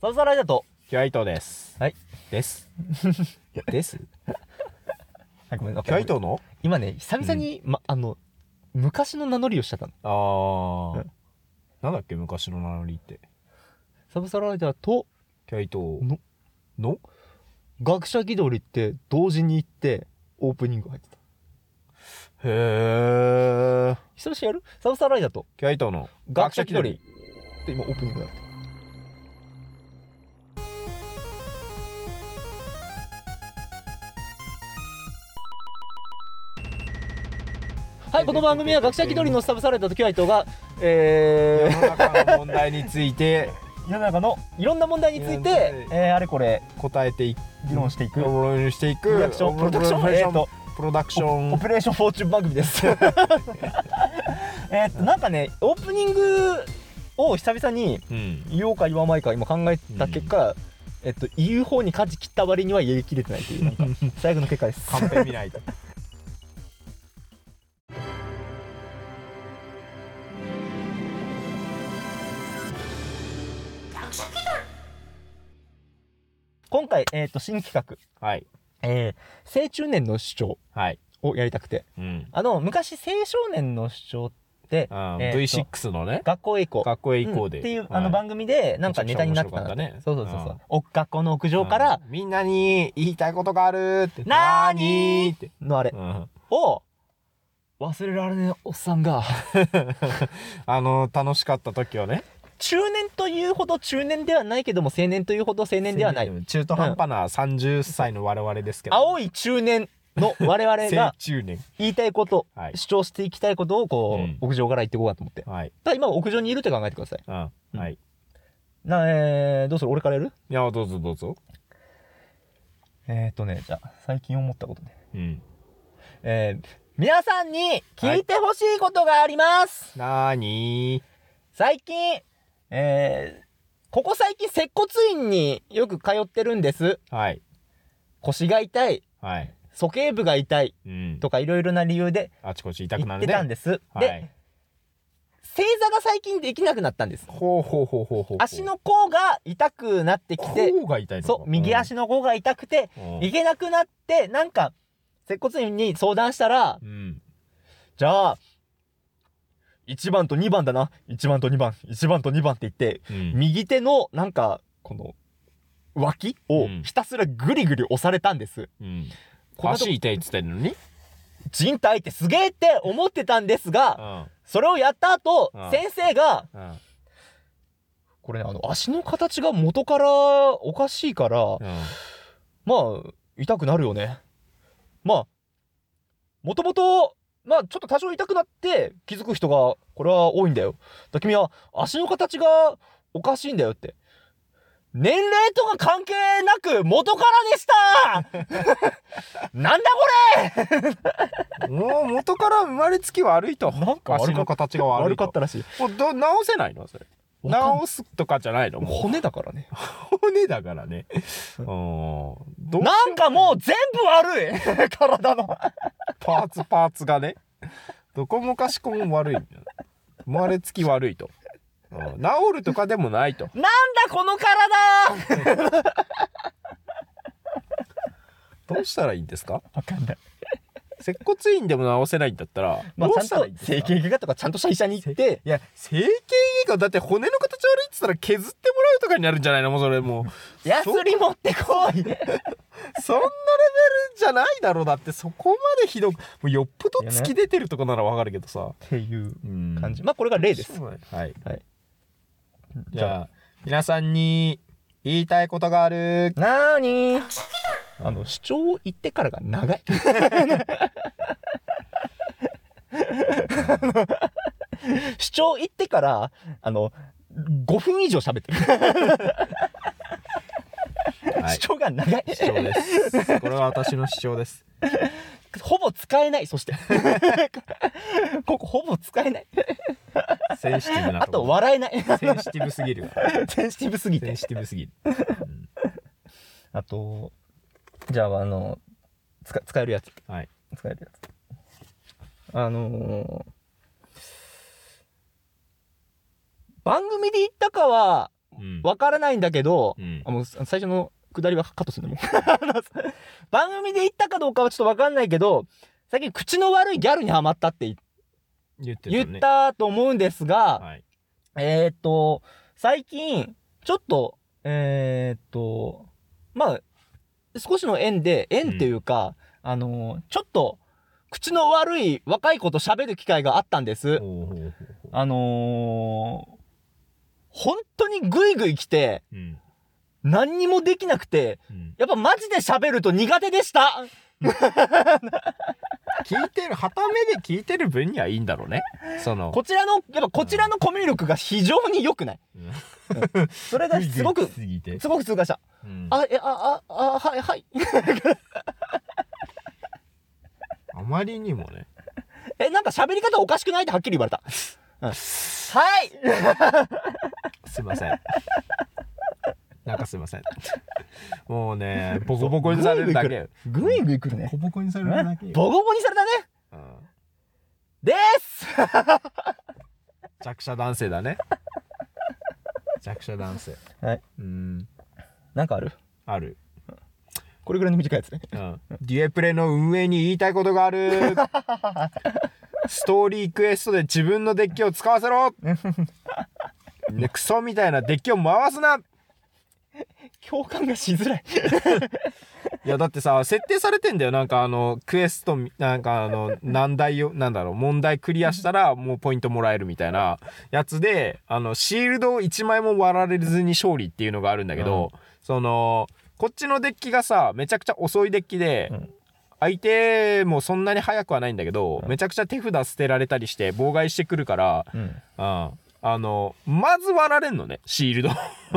サブサライダーと、キュアイトーです。はい。 です。ですあごめん、キュアイトーの今ね、久々に、ま、あの、昔の名乗りをしちゃったの。あうー。なんだっけ昔の名乗りって。サブサライダーと、キュアイトーのの学者気取りって同時に行って、オープニング入ってた。へー。久々にやるサブサライダーと、キュアイトーの学者気取りって今オープニングだった。はい、この番組は学者気取りのサブサライダーとキュアイトが、え世ー、の中の問題について世の中のいろんな問題につう、いてんえーあれこれ答えていく。議論していく、ププロデュースしていく。ロダクションプロダクションプロえーとプロダクショオン。ペレーションフォーチュン番組です えっとなんかねオープニングを久々にうん。言おうか言わないか今考えた結果、えっと、言う方に舵切った割には言い切れてないというな んか最悪の結果ですカンペ見ないと。今回、えっと新企画はい。 「えー、青中年の主張はい。」をやりたくてうん。あの昔青少年の主張って、あーえーと V6 のね。学校へ行こう学校へ行こううで。んっていうはいあの番組でなんかネタになってたんだめちゃくちゃそう面白かったねそうそうそううんお学校の屋上からうんみんなに言いたいことがあるってなーにーーって、のあれうん、を忘れられないおっさんが あの楽しかった時はね中年というほど中年ではないけども青年というほど青年ではない中途半端な30歳の我々ですけど、青い中年の我々青が中年言いたいこと、はい主張していきたいことをこうう、ん屋上から言っていこうかと思ってたはい、だ今屋上にいるって考えてくださいうんはいいなえー、どうする俺からやるやどうぞどうぞえー、っとねじゃあ最近思ったことねうんえー、皆さんに聞いてほしいことがあります、なーに最近、えー、ここ最近接骨院によく通ってるんです。ーはい腰が痛い、はい鼠径部が痛いうんとかいろいろな理由であちこち痛く言なっるてねたんです。はで、い、正座が最近できなくなったんです。ほうほうほうほうほう足の甲が痛くなってきて、甲が痛いのかそう、右足の甲が痛くて、うんいけなくなって、なんか、接骨院に相談したら、うんじゃあ、1番と2番だな。1番と2番、1番と2番って言って、うん右手のなんかこの脇うをんひたすらぐりぐり押されたんです、うんこんなとこ足痛いっつってんのに、人体ってすげえって思ってたんですうがんそれをやった後うん先生がうんこれねあの足の形が元からおかしいからうん、まあ痛くなるよねまあもともとまあちょっと多少痛くなって気づく人がこれは多いんだよだ君は足の形がおかしいんだよって年齢とか関係なく元からでした なんだこれもう元から生まれつき悪いと。なんか悪か足の形が悪い悪と。かったらしいもうど直せないのそれ。わかんない直すとかじゃないのも骨だからねう骨だからね。うん。どうなんかもう全部悪い 体のパーツパーツがね。どこもかしこも悪いんだよ。生まれつき悪いと。うん治るとかでもないと。なんだこの体どうしたらいいんですかわかんない接骨院でも治せないんだったら、まあどうしちたゃらんといいんですか整形外科とかちゃんとした医者に行っていや、整形外科だって骨の形悪いっつったら削ってもらうとかになるんじゃないのもうそれもう。ヤスリ持ってこいそんなレベルじゃないだろうだってそこまでひどくもうよっぽど突き出てるとこならわかるけどさ、っていううん感じ。まあこれが例です。はい、はい。じゃあ皆さんに言いたいことがあるなーにーあの、主張を言ってからが 長い。主張を言ってから、あの、5分以上喋ってる。はい主張が長い。主張ですこれは私の主張ですほぼ使えない、そ して。ここほぼ使えない。センシティブなあととこ笑えない。セ ンシティブす ぎるセンシティブすぎセてン。シティブすぎる、うんあと、じゃあ、あの、使使えるやつ。はい使えるやつ。あのー番組で言ったかは、うんわからないんだけど、うんあもう最初の下りはカットするねもう 番組で言ったかどうかはちょっとわかんないけど最近口の悪いギャルにハマったって言言っってたね言ったと思うんですが、はいえーっと、最近、ちょっと、えーっと、まあ、少しの縁で、縁っていうか、あのー、ちょっと、口の悪い若い子と喋る機会があったんです。おーあのー、本当にグイグイ来て、うん何にもできなくて、うんやっぱマジで喋ると苦手でした聞いてる旗目で聞いてる分にはいいんだろうねそのこちらの、やっぱこちらのコミュ力が非常に良くない。うんそれがすごグイグくイ、過ぎてすごく通過した。うんあ、え、あ、あ、あ、はい、はい。あまりにもねえ、なんか喋り方おかしくないってはっきり言われた。うん、はいすいません。なんかすいません。もう ね、ボコボコにされるだけ。ぐいぐい来るボね。コボコにされるだけねよ。ボコボコにされたねうんです弱者男性だね。弱者男性。はい。うん。なんかあるある。これぐらいの短いやつね。うん。デュエプレの運営に言いたいことがある。ストーリークエストで自分のデッキを使わせろ。 ね、クソみたいなデッキを回すな。共感がしづらい。いやだってさ設定されてんだよなんかあのクエストみなんかあの難題をなんだろう問題クリアしたらもうポイントもらえるみたいなやつであのシールドを1枚も割られずに勝利っていうのがあるんだけど、そのこっちのデッキがさめちゃくちゃ遅いデッキで、うん相手もそんなに速くはないんだけど、うんめちゃくちゃ手札捨てられたりして妨害してくるから、うん。うん、あのまず割られんのねシールドを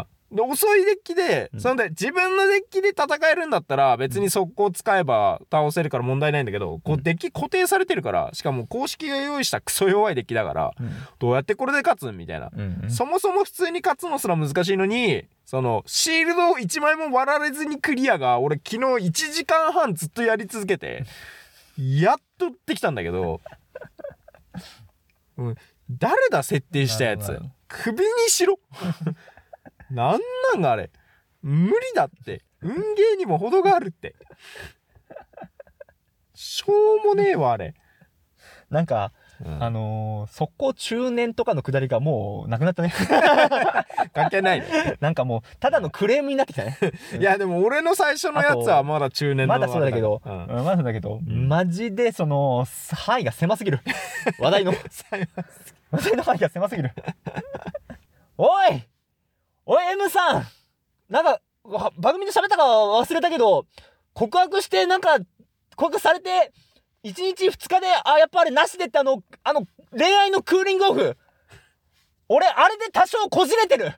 うんで遅いデッキで、うんそので自分のデッキで戦えるんだったら別に速攻使えば倒せるから問題ないんだけど、こううんデッキ固定されてるからしかも公式が用意したクソ弱いデッキだからーどうやってこれで勝つんみたいな、うん。そもそも普通に勝つのすら難しいのにそのシールドを1枚も割られずにクリアが俺昨日1時間半ずっとやり続け てやっとできたんだけど、うん誰だ設定したやなるつほど首にしろ なんなんがあれ無理だって運ゲーにも程があるってしょうもねえわあれ、なんか、うんあのー、速攻中年とかの下りがもうなくなったね。 関係ないねなんかもう、ただのクレームになってきたね。いやでも俺の最初のやつはまだ中年のまだそうだけど、ううんんまだそうだけど、んマジでその、範囲が 狭すぎる。話題の。私の範囲が狭すぎる。おいおい M さんなんか、わ番組で喋ったか忘れたけど、告白して、なんか、告白されて、1日2日で、あ、やっぱあれなしでってあの、あの、恋愛のクーリングオフ。俺、あれで多少こじれて る。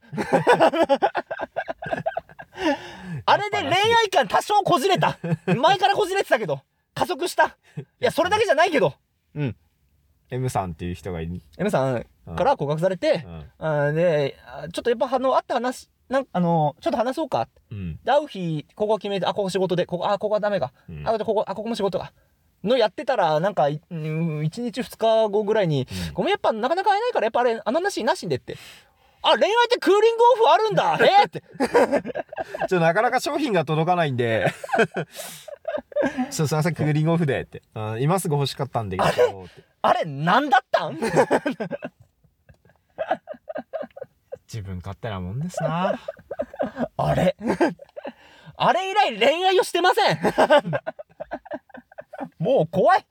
あれで恋愛感多少こじれた。前からこじれてたけど、加速した。いや、それだけじゃないけど。うん。 M さんっていう人がいる M さんから告白されて、うんあーで、あちょっとやっぱ、あの、会って話、なんあの、ちょっと話そうか。うんで、会う日、ここは決めて、あ、ここ仕事で、ここ、あ、ここはダメか。うんあ、じゃあここ、あ、ここも仕事か。のやってたら、なんか、いうん1日2日後ぐらいに、うんごめん、やっぱなかなか会えないから、やっぱあれ、あのなしなしでって。あ、恋愛ってクーリングオフあるん だえーって。ちょっとなかなか商品が届かないんで ちょっとすいませんクーリングオフでって、うん今すぐ欲しかったんであれ一応ってあれ、なんだったん自分勝手なもんですな あれ。あれ以来恋愛をしてません。 もう怖い。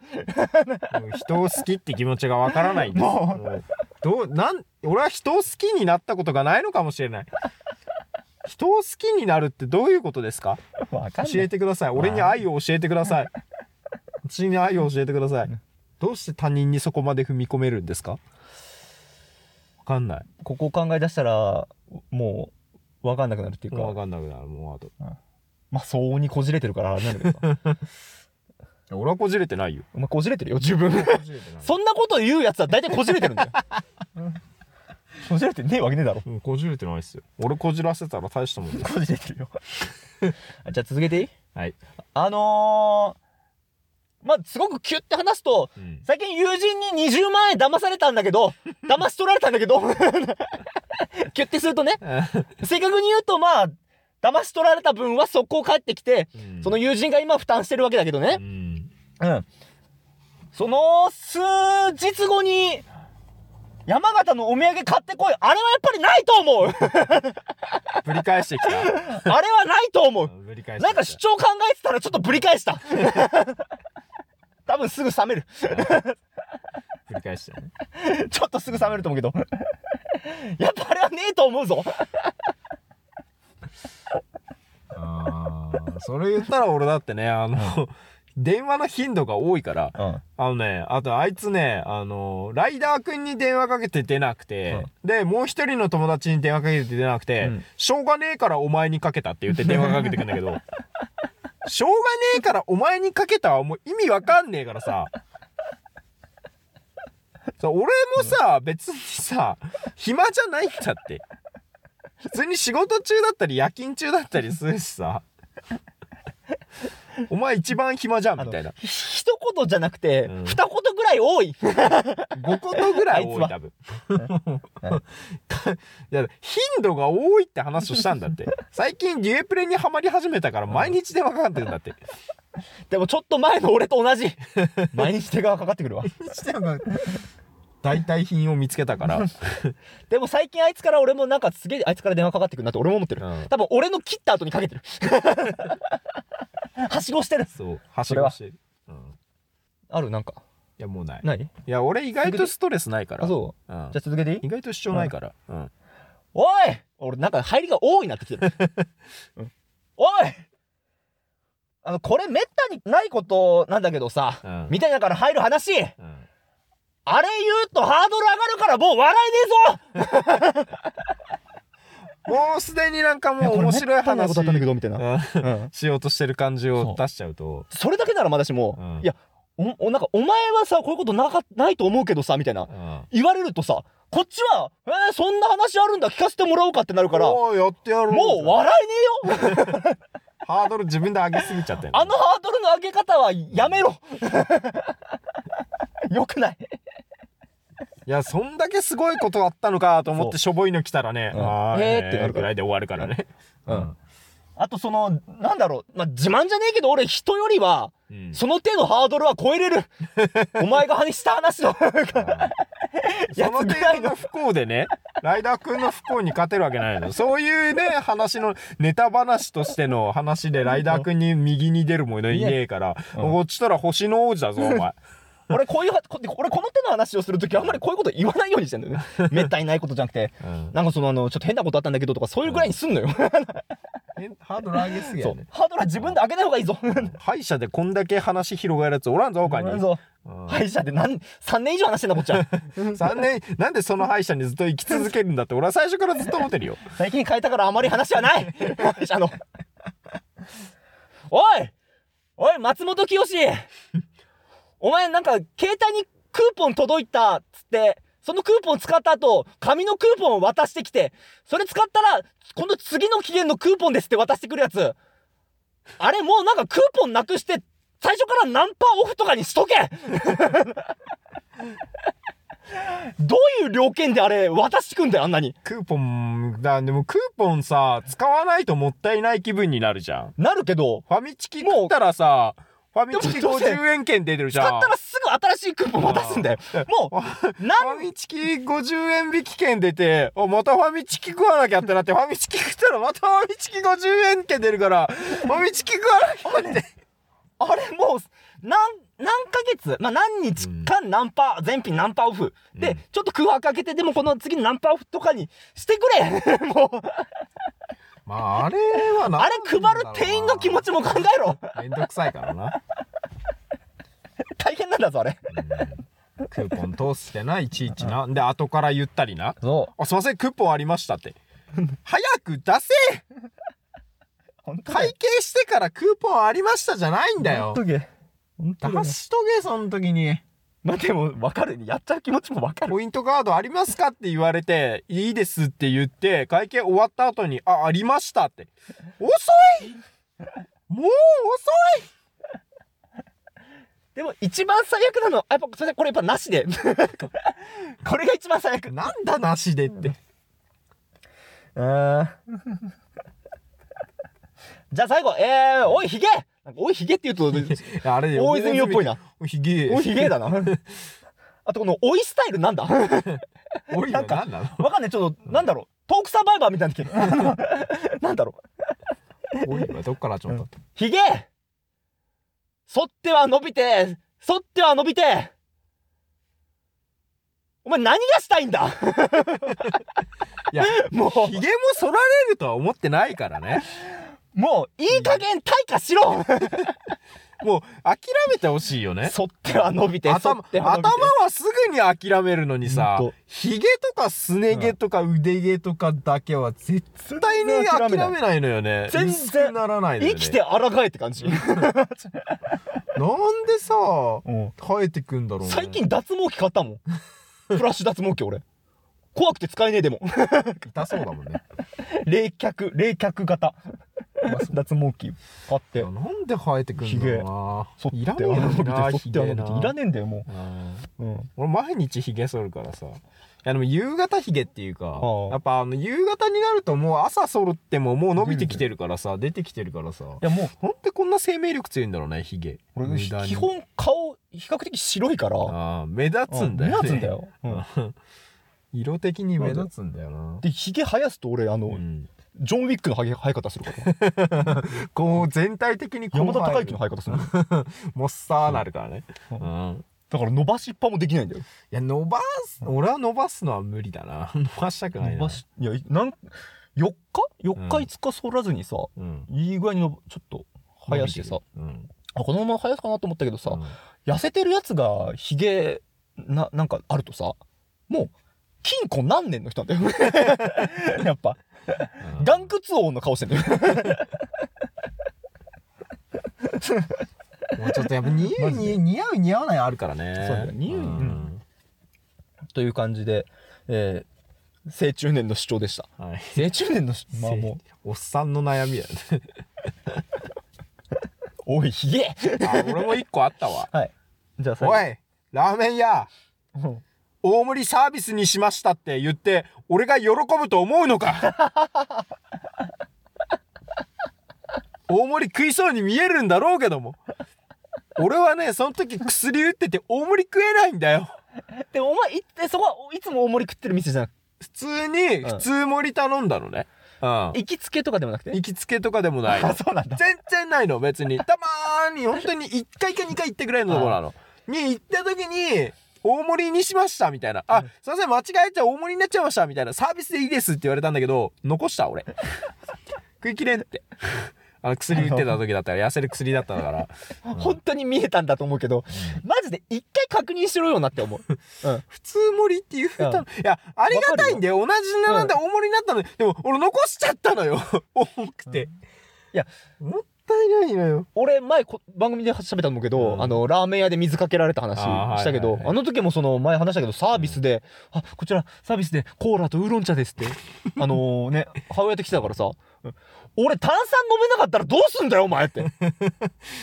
もう人を好きって気持ちがわからないんですもううどうなん俺は人を好きになったことがないのかもしれない人を好きになるってどういうことですかわかん教えてください俺に愛を教えてください私に愛を教えてくださいどうして他人にそこまで踏み込めるんですかわかんないここを考え出したらもう分かんなくなるっていうかもうわかんなくなるもうあとまあ相応にこじれてるからあれなんだけどさ俺はこじれてないよお前こじれてるよ自分 そんなこと言うやつは大体こじれてるんだよ うんこじれてねえわけねえだろうんこじれてないっすよ俺こじらせたら大したもんだよこじれてるよあ じゃあ続けていいはい、あのー、まあすごくキュッて話すとうん、 最近友人に20万円騙されたんだけど騙し取られたんだけど キュッてするとね、正確に言うとまあ、騙し取られた分は速攻返ってきて、その友人が今負担してるわけだけどねう。んうん。その数日後に、山形のお土産買ってこい。あれはやっぱりないと思う ぶり返してきたあれはないと 思うぶり返してなきんか主張考えてたらちょっとぶり 返した。多分すぐ冷める。ぶり返してねちょっとすぐ冷めると思うけど。やっぱあれはねえと思うぞ。あーそれ言ったら俺だってねあの電話の頻度が多いからうん。あのね、あとあいつね、あのライダーくんに電話かけて出なくて、で、もう一人の友達に電話かけて出なくて、うんしょうがねえからお前にかけたって言って電話かけてくんだけど、しょうがねえからお前にかけたはもう意味わかんねえからさ、そう俺もさ、別にさ、暇じゃないんだって。普通に仕事中だったり夜勤中だったりするしさ、お前一番暇じゃんみたいな。ひ一言じゃなくて、うん二言ぐらい多い。 5ことぐらいあい多ついは多分 うんいや頻度が多いって話をしたんだ って最近デュエプレにはまり始めたから毎日電話かかってるんだってでもちょっと前の俺と 同じ。毎日手がかかってくるわ。代替品を見つけたから、でも最近あいつから俺もなんかすげえあいつから電話かかってくるなって俺も思ってる。うん多分俺の切った後にかけてる。はしごしてる。そうはしごしてる、うん、いあるなんか。やもうないないいや俺意外とストレスないから、あ、そうう。んじゃあ、続けていい意外と主張ないから、うん、おい俺なんか入りが多いなってきて る。うんおいあの、これめったにないことなんだけどさ、うんみたいなから入る話うんあれ言うとハードル上がるからもう笑えねえぞもうすでになんかもう面白い話ど、みたい。うんうんしようとしてる感じを出しちゃうとそれだけならまだしも、うんいや、お、おなんかお前はさ、こういうことなか、ないと思うけどさ、みたいなう、。ん、言われるとさ、こっちは、えーそんな話あるんだ、聞かせてもらおうかってなるから、もおーやってやろうう笑えねえよハードル自分で上げすぎちゃってあのハードルの上げ方はやめろ よくないいや、そんだけすごいことあったのかと思っそてしょぼいの来たらね、うんあへえーーっっててなるぐかららいで終わるからね。うん。あとその、なんだろう、まあ、自慢じゃねえけど、俺人よりは、うんその手のハードルは超えれ る。お前が話した話の、そやのつ程ぐら度いのの。不幸で ね、ライダーくんの不幸に勝てるわけないの。そういうね、話の、ネタ話としての話でライダーくんに右に出るものいねえから、うんこっちたら星の王子だぞ、お 前。 俺こういうは、こ俺この手の話をするとき、あんまりこういうこと言わないようにしてんだよ ね。めったにないことじゃなくて、うんなんかその、あの、ちょっと変なことあったんだけどとか、そういうぐらいにすんのよ。ハードル上げすぎそう。ハードルは自分で上げない方がいい ぞ。歯医者でこんだけ話広がるやつおらんぞ、他に。そううん歯医者で何、3年以上話してんだ、こっちは。 3年、なんでその歯医者にずっと生き続けるんだって、俺は最初からずっと思ってるよ。最近変えたからあまり話はない 歯医者の。おいおい、松本清お前なんか、携帯にクーポン届いたっつって、そのクーポン使った後、紙のクーポンを渡してきて、それ使ったら、今度次の期限のクーポンですって渡してくるやつ。あれ、もうなんかクーポンなくして、最初から何パーオフとかにしとけ どういう料金であれ渡してくんだよ、あんなに。クーポン、だ、でもクーポンさ、使わないともったいない気分になるじゃん。なるけど、ファミチキ食ったらさ、ファミチキでもどうせ50円券出てるじゃ使ん。ったらすぐ新しいクーポン渡すんだよ。もう、フなんァミチキ50円引き券出て、お、またファミチキ食わなきゃってなって、ファミチキ食ったらまたファミチキ50円券出るから、ファミチキ食わなきゃって。あれもう、何、何ヶ月、まあ、何日間何パー、全品何パーオフ。で、うんちょっと空白開けて、でもこの次の何パーオフとかにしてくれ もう、まあ、あれはなあれ配る店員の気持ちも考 えろめんどくさいからな。大変なんだぞ、あれ。クーポン通してな、いちいちな。で、後から言ったりな。そう。あ、すいません、クーポンありましたって。早く出せ本当会計してからクーポンありましたじゃないんだよ。げ。本当出しとけ、その時に。まあ、でも、わかる。やっちゃう気持ちもわかる。ポイントカードありますかって言われて、いいですって言って、会計終わった後に、あ、ありましたって。遅いもう遅いでも、一番最悪なのは、あやっぱ、 すいませんこれやっぱなしで。これが一番最悪。なんだなしでって。うーん。 じゃあ最後、えー、おいひげなんかおいひげって言うと、あれ大泉洋っぽいな。ひげ。おいひげだな。あとこの、おいスタイルなんだわおいななんかんなのかんない、ちょっと、なんだろう。トークサバイバーみたいに来てる。あの なんだろう。おいはどっからちょっと。ひげ剃っては伸びて剃っては伸びてお前何がしたいんだいや、 もひげも剃られるとは思ってないからね。う、もういい加減退化しろもう諦めてほしいよね。剃っては伸びて、剃頭っては伸びて頭。はすぐに諦めるのにさほんとひげとかすね毛とか腕毛とかだけは絶対に諦めないのよね全然薄くならないのよ、生ね、きて抗えって感じ。なんでさ生えてくんだろう、ね、最近脱毛器買ったもん。フラッシュ脱毛器俺。怖くて使えねえで も。痛そうだもん ね冷却、冷却型。脱毛器買って。なんで生えてくんだろ剃っうなていらねは伸びえて、な剃っては伸びて。いらねねえんだよ、もう。うん。俺毎日ひげ剃るからさいやでも夕方ひげっていうかああやっぱあの夕方になるともう朝剃るってももう伸びてきてるからさ出てきてるからさいやもうなんでこんな生命力強いんだろうねヒゲ俺無駄に基本顔比較的白いからあー目立つんだよ、ね、目立つんだよ、うん色的に目立つんだよな、でひげ生やすと俺あの、うんジョン・ウィックのハゲ生え方す るからこう全体的にこう山田孝之の生え方するのもっさーなるからね、うんうんだから伸ばしっぱもできないんだよいや伸ばす俺は伸ばすのは無理だな 伸ばしたくないな伸ばしいやなん4日う ?4 ん日5日剃らずにさ、うんいい具合にのちょっと生やしてさうんあこのまま生やすかなと思ったけどさ、うん痩せてるやつがひげな なんかあるとさもう金庫何年の人なん だよやっぱうん眼屈王の顔してんだよ もうちょっとやっぱ似合うマジ似で似合う似合わないあるからねそうだよ似合うんうんという感じで、えー、青中年の主張でした。はい青中年 の主張、まあもおっさんの悩みだよねう、おい、ひげあ俺も一個あったわ はい。じゃあ最後おいラーメン屋うん大盛りサービスにしましたって言って俺が喜ぶと思うのか大盛り食いそうに見えるんだろうけども俺はねその時薬打ってて大盛り食えないんだよでもお前、いえそこはいつも大盛り食ってる店じゃなく普通にん普通盛り頼んだのね、うん、行きつけとかでもなくて行きつけとかでもない あ、そうなんだ。 全然ないの別にたまーに本当に1回か2回行ってくらいのところなのに行った時に大盛りにしましたみたいな「あすいません間違えちゃう大盛りになっちゃいました」みたいな「サービスでいいです」って言われたんだけど残した 俺食いきれんってあの薬売ってた時だったら痩せる薬だったから本当に見えたんだと思うけど、マジで一回確認しろよなって思う。 うん。普通盛りって言ったの、うんいやありがたいんだよ同じ並んで大盛りになったのに、でも俺残しちゃったのよ 重くて、いやもったいないのよ俺、前こ、番組で喋ったんだけど、うんあの、ラーメン屋で水かけられた話あーしたけど、あ,、はいはいはいの時もその、前話したけど、サービスで、あ、こちら、サービスでコーラとウーロン茶です って、あのね、母親と来てたからさ、俺炭酸飲めなかったらどうすんだよお前って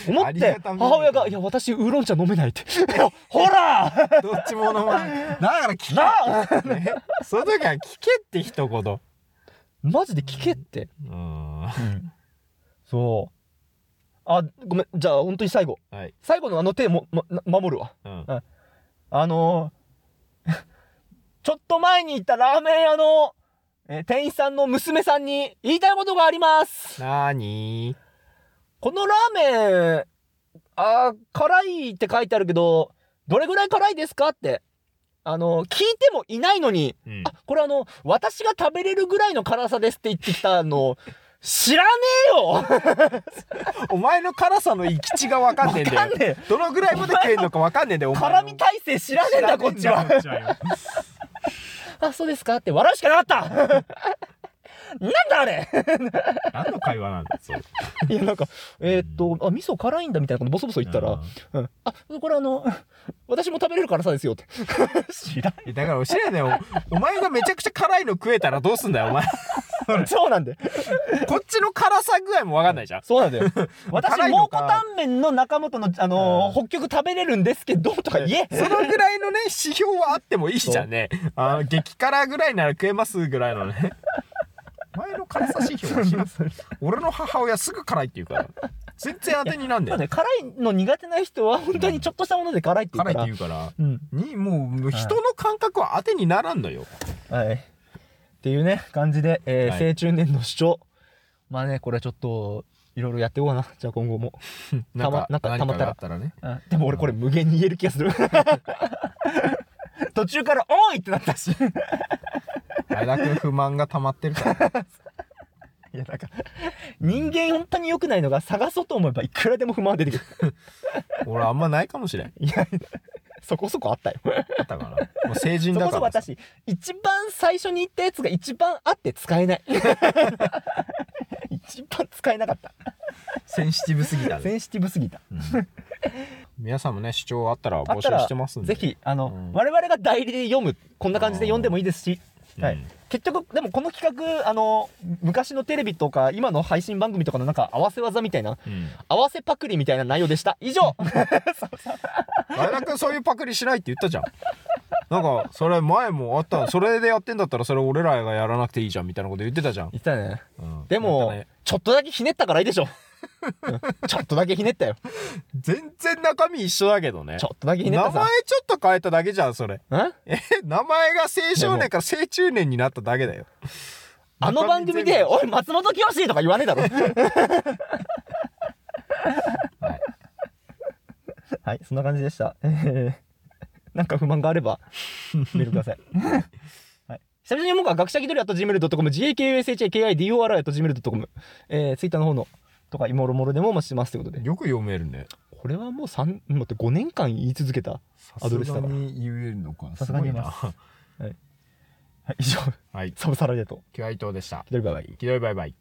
思あっりがてたみ母親が「いや私ウーロン茶飲めない」って「いやほら! どっちものまね。だから聞なけ、ね、 その時は聞けって一言。」マジで聞けって、うん。はそうあごめんじゃあ本当に最後い。最後のあの手も、ま、な守るわうん。あのー ちょっと前に行ったラーメン屋の、えー店員さんの娘さんに言いたいことがありますなーにこのラーメン、あー辛いって書いてあるけど、どれぐらい辛いですかって。あの、聞いてもいないのに、うんあ、これあの、私が食べれるぐらいの辛さですって言ってきたの、知らねえよお前の辛さの行き地が分かんねえんだよ。わかんねえどのぐらいまで食えんのか分かんねえんだよ。お前の辛味耐性知らねえんだ、こっちは。知らねえんだこっちは あ、そうですかって笑うしかなかった なんだあれ何の会話なんだよそれ。 いや、なんか、えーっと、あ、味噌辛いんだみたいなことボソボソ言ったら、うん、あ、これあの、 私も食べれる辛さですよって。知らねうんだから知らねえよ。お前がめちゃくちゃ辛いの食えたらどうすんだよ、お前。え。 そうなんで。こっちの辛さ具合も分かんないじゃん。そう なんだよ。私、辛い蒙の古かタンメンの中本の、あのー北極食べれるんですけど、とか言え。そのぐらいのね、指標はあってもいいじゃんね。あの激辛ぐらいなら食えますぐらいのね。辛さ指標だし俺の母親すぐ辛いって言うから全然当てになんでまあね、辛いの苦手な人は本当にちょっとしたもので辛いって言う辛いかって言らうからうんにもう人の感覚は当てにならんのよはいっていうね感じで、えーはい青春年の主張まあねこれはちょっといろいろやっていこうかなじゃあ今後も、なんかたまなんかたま何かったらがあったらねうんでも俺これ無限に言える気がする 途中から「おい!」ってなったし あれだけ不満が溜まってるからいやなんか人間本当に良くないのが探そうと思えばいくらでも不満は出てくる俺あんまないかもしれんいやそこそこあ ったよあったからもう成人そだこそこから私一番最初に言ったやつが一番あって使えない 一番使えなかったセンシティブすぎた セねンシティブすぎた皆さんもね主張あったらあ募った集らしてますんでぜひあの、うん我々が代理で読むこんな感じで読んでもいいですし、うんはい、結局でもこの企画あの昔のテレビとか今の配信番組とかのなんか合わせ技みたいなうん合わせパクリみたいな内容でした以 上前田君そういうパクリしないって言ったじゃんなんかそれ前もあったそれでやってんだったらそれ俺らがやらなくていいじゃんみたいなこと言ってたじゃん、言ったねうんでなんも、かねちょっとだけひねったからいいでしょうんちょっとだけひねったよ全然中身一緒だけどねちょっとだけひねっ名た前さちょっと変えただけじゃんそれ んえ名前が青少年から青中年になっただけだよあの番組で中身全「部おい松本清!」とか言わねえ だろはいはいそんな感じでした えーなんか不満があればメールく ださいはい久々に思うが学者気取りあと gmail.com gakushakidor.gmail.com えー、ツイッターの方のとかいもろもろでもお待ちしてますということでよく読めるねこれはもう3待って5年間言い続けた、はアさドすレスだかがらに言えるのかさすがに言えます、ごいない以上はいサブサラリアとキュアイトーでした気取りバイバイ気取りバイバイ